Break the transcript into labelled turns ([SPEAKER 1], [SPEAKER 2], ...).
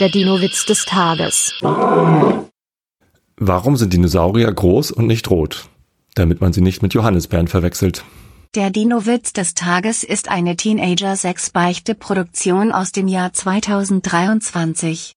[SPEAKER 1] Der Dino-Witz des Tages.
[SPEAKER 2] Warum sind Dinosaurier groß und nicht rot? Damit man sie nicht mit Johannisbeeren verwechselt.
[SPEAKER 3] Der Dino-Witz des Tages ist eine Teenager-6-Beichte-Produktion aus dem Jahr 2023.